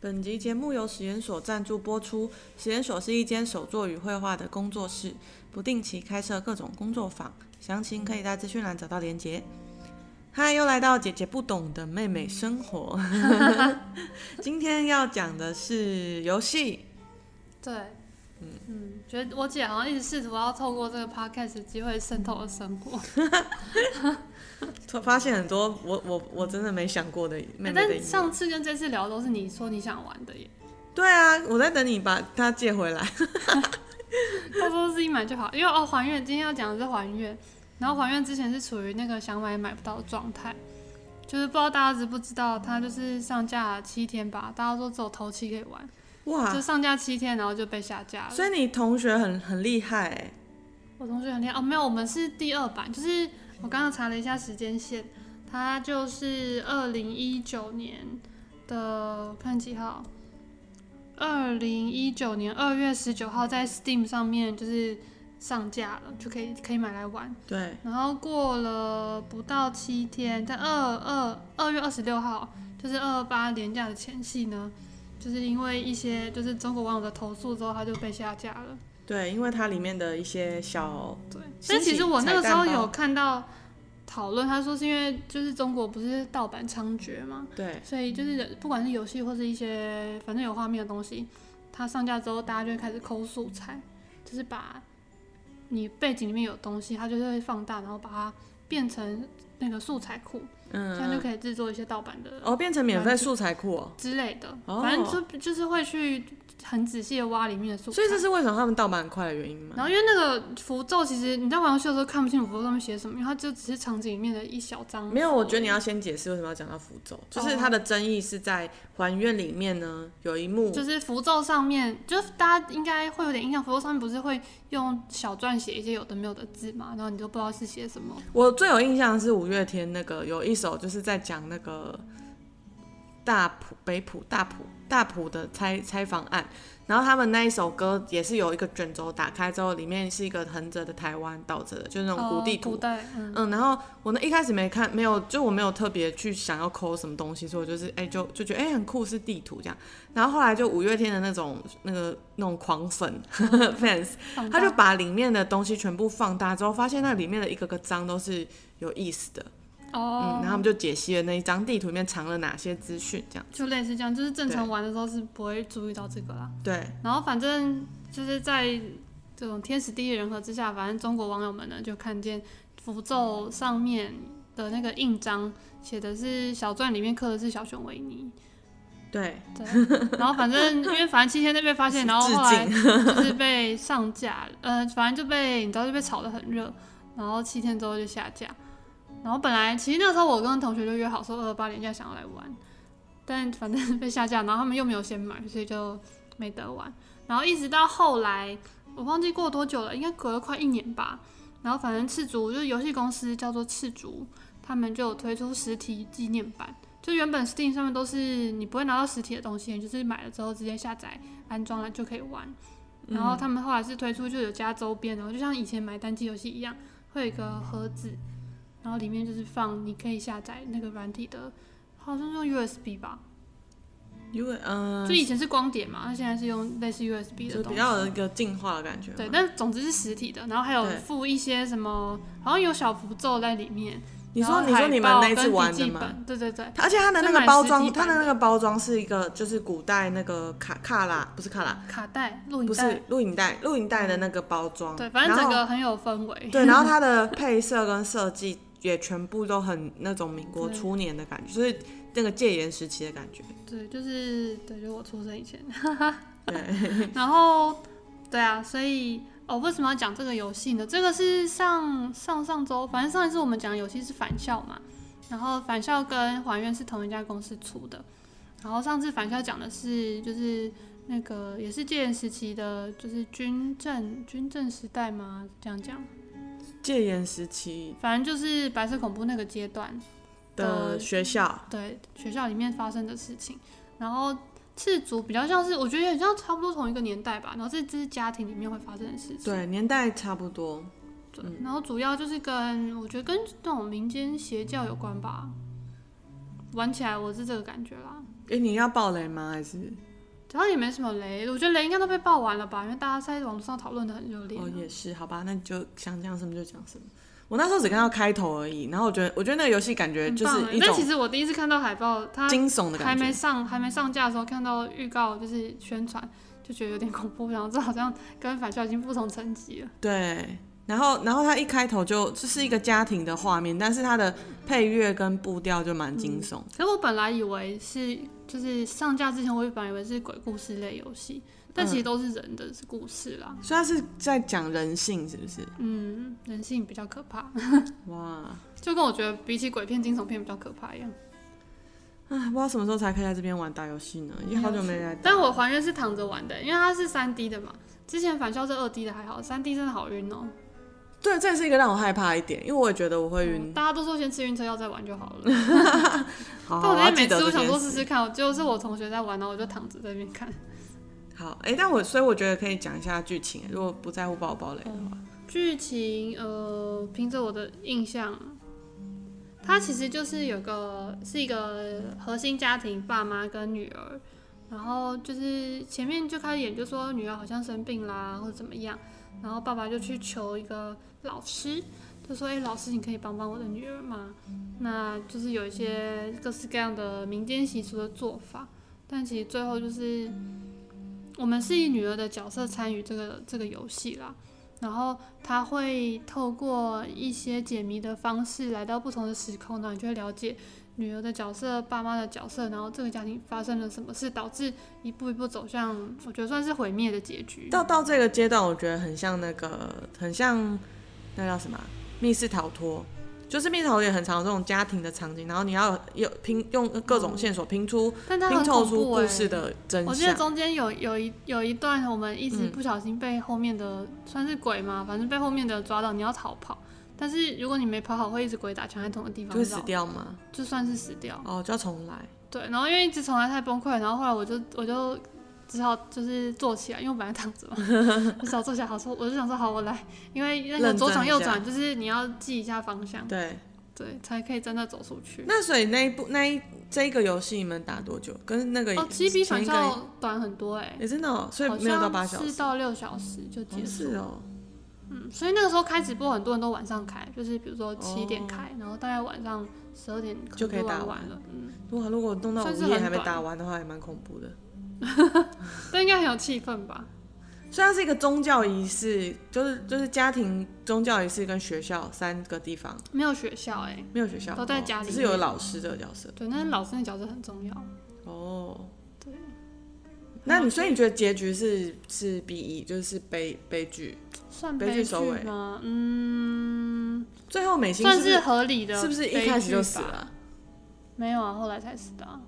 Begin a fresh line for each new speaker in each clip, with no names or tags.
本集节目由实验所赞助播出。实验所是一间手作与绘画的工作室，不定期开设各种工作坊，详情可以在资讯栏找到连结。嗨，又来到姐姐不懂的妹妹生活。 今天要讲的是游戏，
对，嗯觉得我姐好像一直试图要透过这个 podcast 的机会渗透我生活，
突发现很多我我我真的没想过的 妹妹的
但
影
上次跟这次聊都是你说你想玩的耶，
对啊，我在等你把它借回来。
到时候自己买就好。因为哦，还愿今天要讲的是还愿，然后还愿之前是处于那个想买也买不到的状态，就是不知道大家知不知道，它就是上架七天吧，大家说只有头七可以玩，
哇
就，上架七天，然后就被下架了。
所以你同学很很厉害欸，
我同学很厉害哦，没有，我们是第二版，就是我刚刚查了一下时间线，它就是二零一九年的看几号，二零一九年二月十九号在 Steam 上面就是上架了，就可以可以买来玩。
对，
然后过了不到七天，在二二二月二十六号，就是二八年假的前夕呢，就是因为一些就是中国网友的投诉之后，它就被下架了。
对，因为它里面的一些小
对，
新
但其
奇
实我那个
彩
时候
蛋包
有看到讨论，他说是因为就是中国不是盗版猖獗嘛，
对
所以
嗯
就是不管是游戏或是一些反正有画面的东西，它上架之后，大家就会开始抠素材，就是把你背景里面有东西，它就是会放大，然后把它变成那个素材库，这样就
嗯，
可以制作一些盗版的
哦，变成免费素材库哦，
之类的，
哦
反正就就是会去很仔细的挖里面的素材。
所以这是为什么他们盗版很快的原因吗？
然后因为那个符咒，其实你在玩游戏的时候看不清楚符咒上面写什么，因为它就只是场景里面的一小张。
没有，我觉得你要先解释为什么要讲到符咒，
哦
就是它的争议是在还愿里面呢，有一幕
就是符咒上面，就是大家应该会有点印象，符咒上面不是会用小篆写一些有的没有的字嘛，然后你就不知道是写什么。
我最有印象的是五月天那个有一首就是在讲那个大埔北埔大埔大埔的拆拆房案，然后他们那一首歌也是有一个卷轴打开之后，里面是一个横着的台湾，倒着的，就是那种古地
哦
图。
古代，嗯，
嗯，然后我呢一开始没看，没有，就我没有特别去想要抠什么东西，所以我就是哎、就就觉得哎、很酷是地图这样。然后后来就五月天的那种那个那种狂粉、fans，
哦放
他
大
就把里面的东西全部放大之后，发现那里面的一个个章都是有意思的，嗯，
哦，
然后他们就解析了那一张地图里面藏了哪些资讯，这样
就类似这样，就是正常
对
玩的时候是不会注意到这个啦。
对，
然后反正就是在这种天时地利人和之下，反正中国网友们呢就看见符咒上面的那个印章写的是小篆里面刻的是小熊维尼，
对，
对。然后反正因为反正七天内被发现，然后
致
后来
敬
就是 被上架，呃，反正就被你知道就被炒得很热，然后七天之后就下架。然后本来其实那时候我跟同学就约好说二八年假想要来玩，但反正 被下架，然后他们又没有先买，所以就没得玩。然后一直到后来，我忘记过多久了，应该隔了快一年吧。然后反正赤足就是游戏公司叫做赤足，他们就有推出实体纪念版。就原本 Steam 上面都是你不会拿到实体的东西，你就是买了之后直接下载安装了就可以玩。然
嗯
后他们后来是推出就有加周边，然后就像以前买单机游戏一样，会有一个盒子，然后里面就是放你可以下载那个软体的，好像用 USB 吧，
因为嗯
就，以前是光碟嘛，那现在是用类似 USB
就比
的东西。
较有一个进化的感觉嘛，
对，但总之是实体的，然后还有
对
附一些什么，好像有小符咒在里面。
你
然
说
后
你说
海
你们
报
那一
跟
次
笔
玩
记
的吗？
本对对对，
它而且它的那
就
个
买
包
实
装，
体
它
版
的
的
那个包装是一个就是古代那个卡卡拉，不是卡拉，
卡带、录影
不
带
是，录影带，录影带的那个包装。
对，反正整
哦然后
个很有氛围。
对，然后它的配色跟设计也全部都很那种民国
对
初年的感觉，就是那个戒严时期的感觉。
对，就是对，就是我出生以前。
对，
然后，对啊，所以哦，为什么要讲这个游戏呢？这个是上上上周，反正上一次我们讲的游戏是返校嘛，然后返校跟还愿是同一家公司出的。然后上次返校讲的是就是那个也是戒严时期的，就是军政军政时代嘛，这样讲，
戒严时期
反正就是白色恐怖那个阶段。
的
的
学校，
对学校里面发生的事情，然后赤足比较像是，我觉得很像差不多同一个年代吧，然后这这是家庭里面会发生的事情，
对，年代差不多。
对，然后主要就是跟我觉得跟那种民间邪教有关吧，玩起来我是这个感觉啦。
诶，你要爆雷吗？还是
主要也没什么雷，我觉得雷应该都被爆完了吧，因为大家在网络上讨论的很热烈。
哦，也是，好吧，那你就想讲什么就讲什么。我那时候只看到开头而已，然后我觉得，我觉得那个游戏感觉
很
就
棒
是
欸
一
因为
种
其实我第一次看到海报，它
惊悚的
还
感
没
觉。
上还没上架的时候，看到预告就是宣传，就觉得有点恐怖，然后这好像跟返校已经不同层级了。
对，然后，然后它一开头就就是一个家庭的画面，但是它的配乐跟步调就蛮惊悚。
可是我本来以为是就是上架之前，我本来以为是鬼故事类游戏，但其实都是人的故事啦。
所以它是在讲人性，是不是？
嗯，人性比较可怕，
哇，
就跟我觉得比起鬼片、惊悚片比较可怕一样。
唉，不知啊道什么时候才可以在这边玩打游戏呢，
嗯
已经好久没来打。
但我还原是躺着玩的，因为它是三 D 的嘛。之前返校是二 D 的还好，三 D 真的好晕哦、
对，这也是一个让我害怕一点，因为我也觉得我会
嗯
晕。
大家都说先吃晕车药再玩就好了。
好好，
嗯但我
哦我
昨
要
天
记
每
得
次
这
我想
件
说
事
试试看，我就是我同学在玩，然后我就躺着在那边看。
好，哎、但我所以我觉得可以讲一下剧情，如果不在乎爆爆雷的
嗯
话，
剧情呃，凭着我的印象，它其实就是有个是一个核心家庭，爸妈跟女儿，然后就是前面就开始演，就说女儿好像生病啦，或者怎么样，然后爸爸就去求一个老师，就说：“哎、老师，你可以帮帮我的女儿吗？”那就是有一些各式各样的民间习俗的做法，但其实最后就是我们是以女儿的角色参与这个这个游戏啦。然后他会透过一些解谜的方式来到不同的时空，然后你就会了解女儿的角色、爸妈的角色，然后这个家庭发生了什么事，导致一步一步走向我觉得算是毁灭的结局。
到到这个阶段，我觉得很像那个，很像那叫什么啊密室逃脱，就是密室逃脱也很常有这种家庭的场景，然后你要有拼用各种线索拼出、
但他
拼
哦很
凑
恐
出
怖哎、
故事的真
我记得
相。
中间有有一有一段，我们一直
嗯
不小心被后面的、算是鬼嘛，反正被后面的抓到，你要逃跑。但是如果你没跑好，会一直鬼打墙在同一个地
就
方
会
绕
死掉吗？
就算是死掉。
哦，就要重来。
对，然后因为一直从来太崩溃了，然后后来我就我就只好就是坐起来，因为我本来躺着嘛， 我只好坐起来，好说我就想说好我来，因为那个
认
左转
真一
右
下
转就是你要记一下方向，
对，
对，才可以真的走出去。
那所以那一部那一这一个游戏你们打多久？跟那个
哦，其实比
前
返
一个
校短很多哎、
也、真的、哦，所以
好
没有到八
像
小时
四，到六小时就
哦
结束。
是哦。
嗯，所以那个时候开直播，很多人都晚上开，就是比如说七
哦
点开，然后大概晚上十二点
就可以
能玩
打
完
完
了。嗯，
哇，如果弄到
算
午
是
夜
很
还没
短
打完的话，也蛮恐怖的。
但应该很有气氛吧？
所以它是一个宗教仪式，就是就是家庭宗教仪式跟学校三个地方，
没有学校哎、
没有学校，
都在家里
只是有老师这个角色。
对，但是老师那角色很重要。
哦，
对，
那你
嗯
所以你觉得结局是是 B E，就是悲悲剧，
算
悲
悲
剧收尾
吗？嗯，
最后美心
算
是不是
合理的。
是不是一开始就死了？啊？
没有啊，后来才死的啊、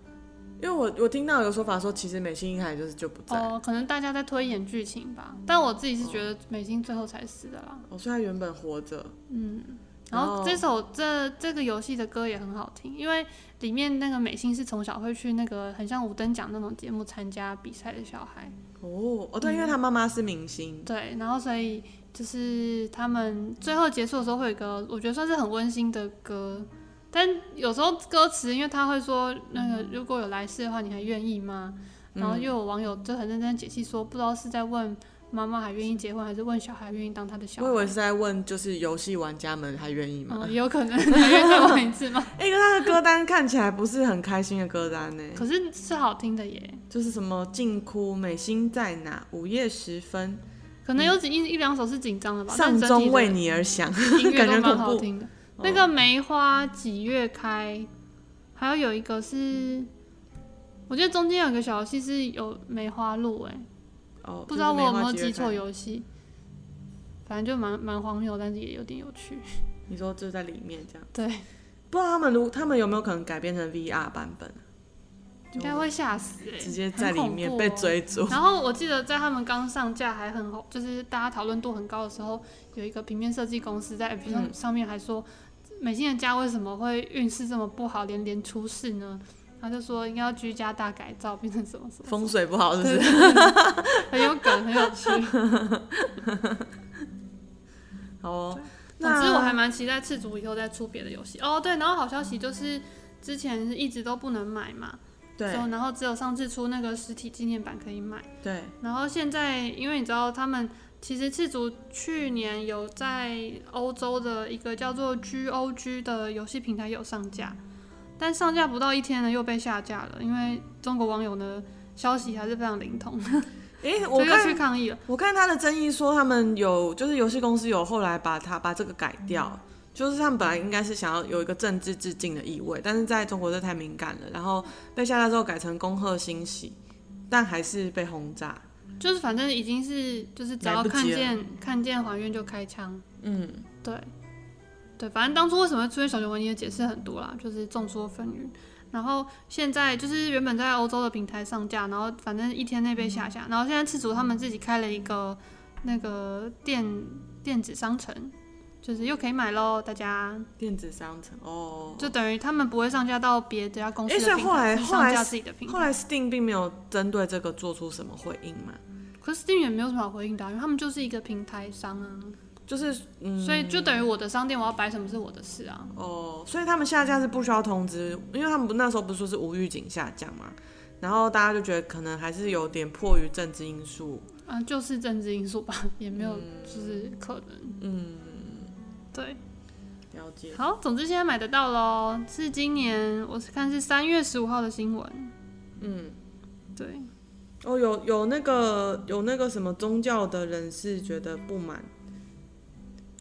因为我我听到有说法说，其实美心一开始就是就不在，
哦，可能大家在推演剧情吧，但我自己是觉得美心最后才死的啦。
哦，所以她原本活着。
嗯，
然
然
后
后这首这这个游戏的歌也很好听，因为里面那个美心是从小会去那个很像五等奖那种节目参加比赛的小孩，
哦
嗯
哦，对，因为她妈妈是明星，
对，然后所以就是他们最后结束的时候会有一个，我觉得算是很温馨的歌，但有时候歌词因为他会说那
嗯
个如果有来世的话，你还愿意吗？然后又有网友就很认真解析说，不知道是在问妈妈还愿意结婚，还是问小孩愿意当他的小
我以
孩。
为是在问就是游戏玩家们还愿意吗？
嗯，也有可能 还愿意再问一次吗？
哎、可他的歌单看起来不是很开心的歌单呢，
可是是好听的耶，
就是什么静哭、美心在哪、午夜时分、
可能有几一一两首是紧张的吧。但
嗯上
整体
钟
的
为你而响，
音乐
感觉
都蛮
恐
好
怖哦
听的。那个梅花几月开，还有有一个是，我记得中间有个小游戏是有梅花鹿、哎、
哦，
不知道我有没有
就是梅花几月
记错
开。
游戏，反正就蛮蛮荒谬，但是也有点有趣。
你说就在里面这样，
对，
不知道他们如他们有没有可能改编成 VR 版本，啊
应该会吓死、哎，
直接
很
在里
恐
面
怖
被
哦
追逐。
然后我记得在他们刚上架还很红，就是大家讨论度很高的时候，有一个平面设计公司在 FB 上上面还说，美心的家为什么会运势这么不好，连连出事呢？他就说应该要居家大改造，变成什么什么，
风水不好是不是？
很有梗，很有趣。
好哦，
总之我还
那
哦蛮期待赤足以后再出别的游戏。哦，对，然后好消息就是之前是一直都不能买嘛，
对
所以然后只有上次出那个实体纪念版可以买。
对
然后现在，因为你知道他们其实赤足去年有在欧洲的一个叫做 GOG 的游戏平台有上架，但上架不到一天呢又被下架了，因为中国网友呢消息还是非常灵通，
诶，
所
我
以又去
看
抗议了。
我看他的争议说，他们有就是游戏公司有后来把它把这个改掉，就是他们本来应该是想要有一个政治致敬的意味，但是在中国这太敏感了，然后被下架之后改成恭贺新喜，但还是被轰炸。
就是反正已经是就是只
来
要
不及
看
了
见看见还愿就开枪，
嗯，
对对，反正当初为什么会出现小熊维尼的解释很多啦，就是众说纷纭。然后现在就是原本在欧洲的平台上架，然后反正一天内被下架，然后现在赤足他们自己开了一个那个电电子商城，就是又可以买喽，大家
电子商城哦。
就等于他们不会上架到别家公司
诶所
的
以
平
后
台，
来
是
后
上
来
架
是
自己的平
后
台。
来 Steam 并没有针对这个做出什么回应嘛，
可是 Steam 也没有什么好回应的啊、因为他们就是一个平台商啊，
就是嗯，
所以就等于我的商店我要摆什么是我的事啊。
哦，所以他们下架是不需要通知，因为他们不那时候不是说是无预警下架嘛，然后大家就觉得可能还是有点迫于政治因素，
啊，就是政治因素吧，也没有就是可能，嗯，对，
了解。
好，总之现在买得到喽，是今年我是看是三月十五号的新闻，
嗯，
对，
哦，有有那个有那个什么宗教的人士觉得不满，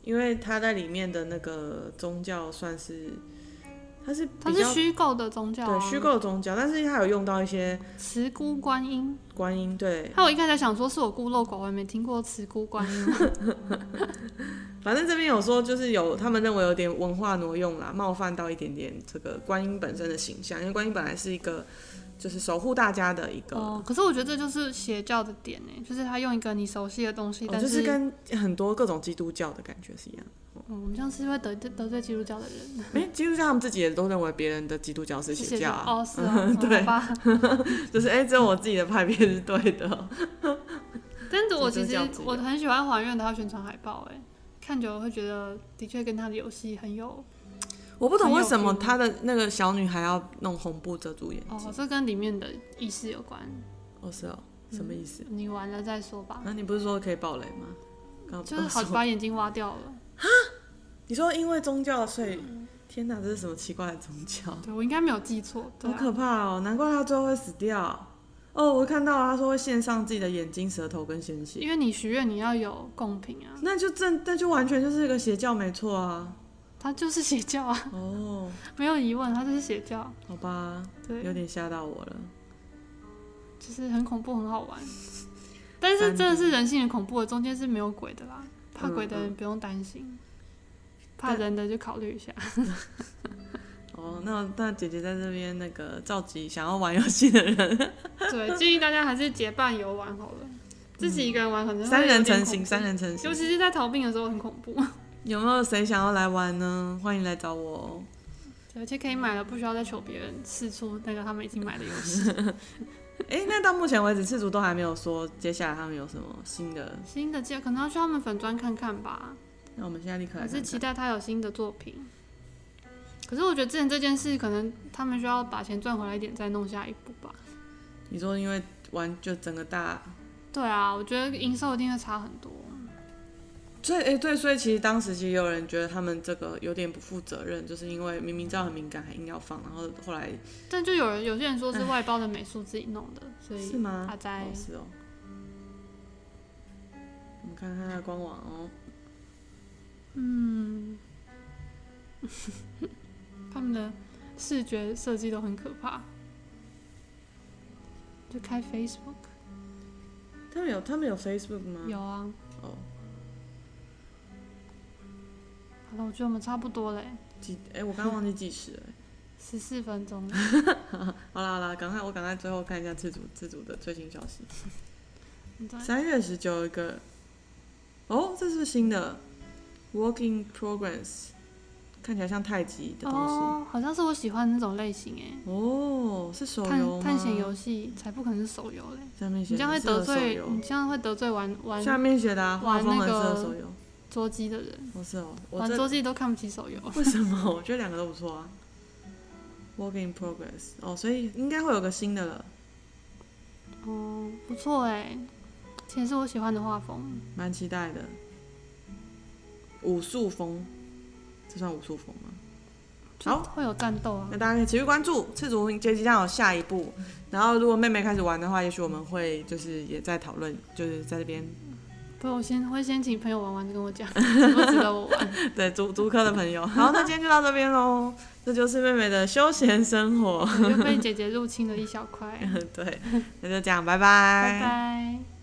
因为他在里面的那个宗教算是，他是
它
比
是
较
虚构的宗教、啊，
对虚构的宗教，但是他有用到一些
慈姑观音，
观音，对，
还有我一开始想说是我孤陋寡闻，没听过慈姑观音，
反正这边有说，就是有他们认为有点文化挪用啦，冒犯到一点点这个观音本身的形象，因为观音本来是一个就是守护大家的一个，
哦，可是我觉得这就是邪教的点呢，就是他用一个你熟悉的东西，
哦
但
就是跟很多各种基督教的感觉是一样。
嗯，我们像是会得罪得罪基督教的人，
哎、基督教他们自己也都认为别人的基督教是邪教、啊，
哦，是啊，
对
好吧，
就是哎、诶只有我自己的派别是对 的。
但是我
这
其
就
实
叫自由
我很喜欢还愿的他宣传海报，哎，看久了会觉得的确跟他的游戏很有
我不懂为什么
很有 feel
他的那个小女孩要弄红布遮住眼睛
哦，。这跟里面的意思有关。
哦，是哦，什么意思？
你玩了再说吧
那、，你不是说可以暴雷吗？刚刚不
就是是好
说
把眼睛挖掉了。
你说因为宗教，所以天哪，这是什么奇怪的宗教？
对我应该没有记错，对
好
啊、
可怕哦！难怪他最后会死掉。哦，我看到了，他说会献上自己的眼睛、舌头跟鲜血，
因为你许愿你要有贡品啊，
那就正，那就完全就是一个邪教，没错啊。
它就是邪教啊，
哦，
没有疑问，它就是邪教。
好吧，有
对，
点吓到我了。
就是很恐怖，很好玩。但是真的是人性很恐怖的，中间是没有鬼的啦，
嗯
怕鬼的人不用担心，怕人的就考虑一下。
哦，那那姐姐在这边那个召集想要玩游戏的 人，
对，建议大家还是结伴游玩好了，自己一个人玩可能会
三人
有点
成行，
恐怖
三人成行
尤。其是在逃命的时候很恐怖，
有没有谁想要来玩呢？欢迎来找我哦。
对而且可以买了，不需要再求别人试出那个他们已经买的游戏。
哎、那到目前为止，赤足都还没有说接下来他们有什么新的，
新的界可能要去他们粉砖看看吧，
那我们现在立刻来
还
看
是
看
期待他有新的作品。可是我觉得之前这件事，可能他们需要把钱赚回来一点，再弄下一步吧。
你说因为玩就整个大
对啊，我觉得营收一定会差很多。
所以，哎、对，所以其实当时其实也有人觉得他们这个有点不负责任，就是因为明明知道很敏感，还硬要放，然后后来
但就有人有些人说是外包的美术自己弄的，所以
是吗
阿斋
哦是哦。我们看看它的官网哦，
嗯 他们的视觉设计都很可怕。就开 Facebook
他们有他们有 Facebook 吗？
有啊，
哦，
好了，我觉得我们差不多嘞，
几哎、我刚刚忘记计时了。
十四分钟了。
好啦好啦，赶快我赶快最后看一下自主自主的最新消息。
你 知道
三月十九一个，哦，这是新的 Working Progress，看起来像太极的东西。
哦，好像是我喜欢的那种类型哎，
哦，是手游
探
吗？
探险游戏才不可能是手游嘞，
下面写
你这样会
蓝色
得
的手
罪，
游
你这样会得罪玩
下
玩
面写的、啊、画
玩
风
那
很适合
个
手游。
捉鸡的人，
不是哦，我
玩
这
捉鸡都看不起手游。
为什么？我觉得两个都不错啊。 Work in progress 哦，所以应该会有个新的了，
哦，不错哎，其实是我喜欢的画风，
蛮期待的。武术风，这算武术风吗？
就
好
会有战斗啊。
那大家可以持续关注《赤足阶级战》有下一步。然后，如果妹妹开始玩的话，也许我们会就是也在讨论，就是在这边
不，我先会先请朋友玩玩，跟我讲值不值得我玩。
对足足科的朋 友。好，那今天就到这边喽，这就是妹妹的休闲生活。
我就被姐姐入侵了一小块。
对，那就这样，拜
拜拜。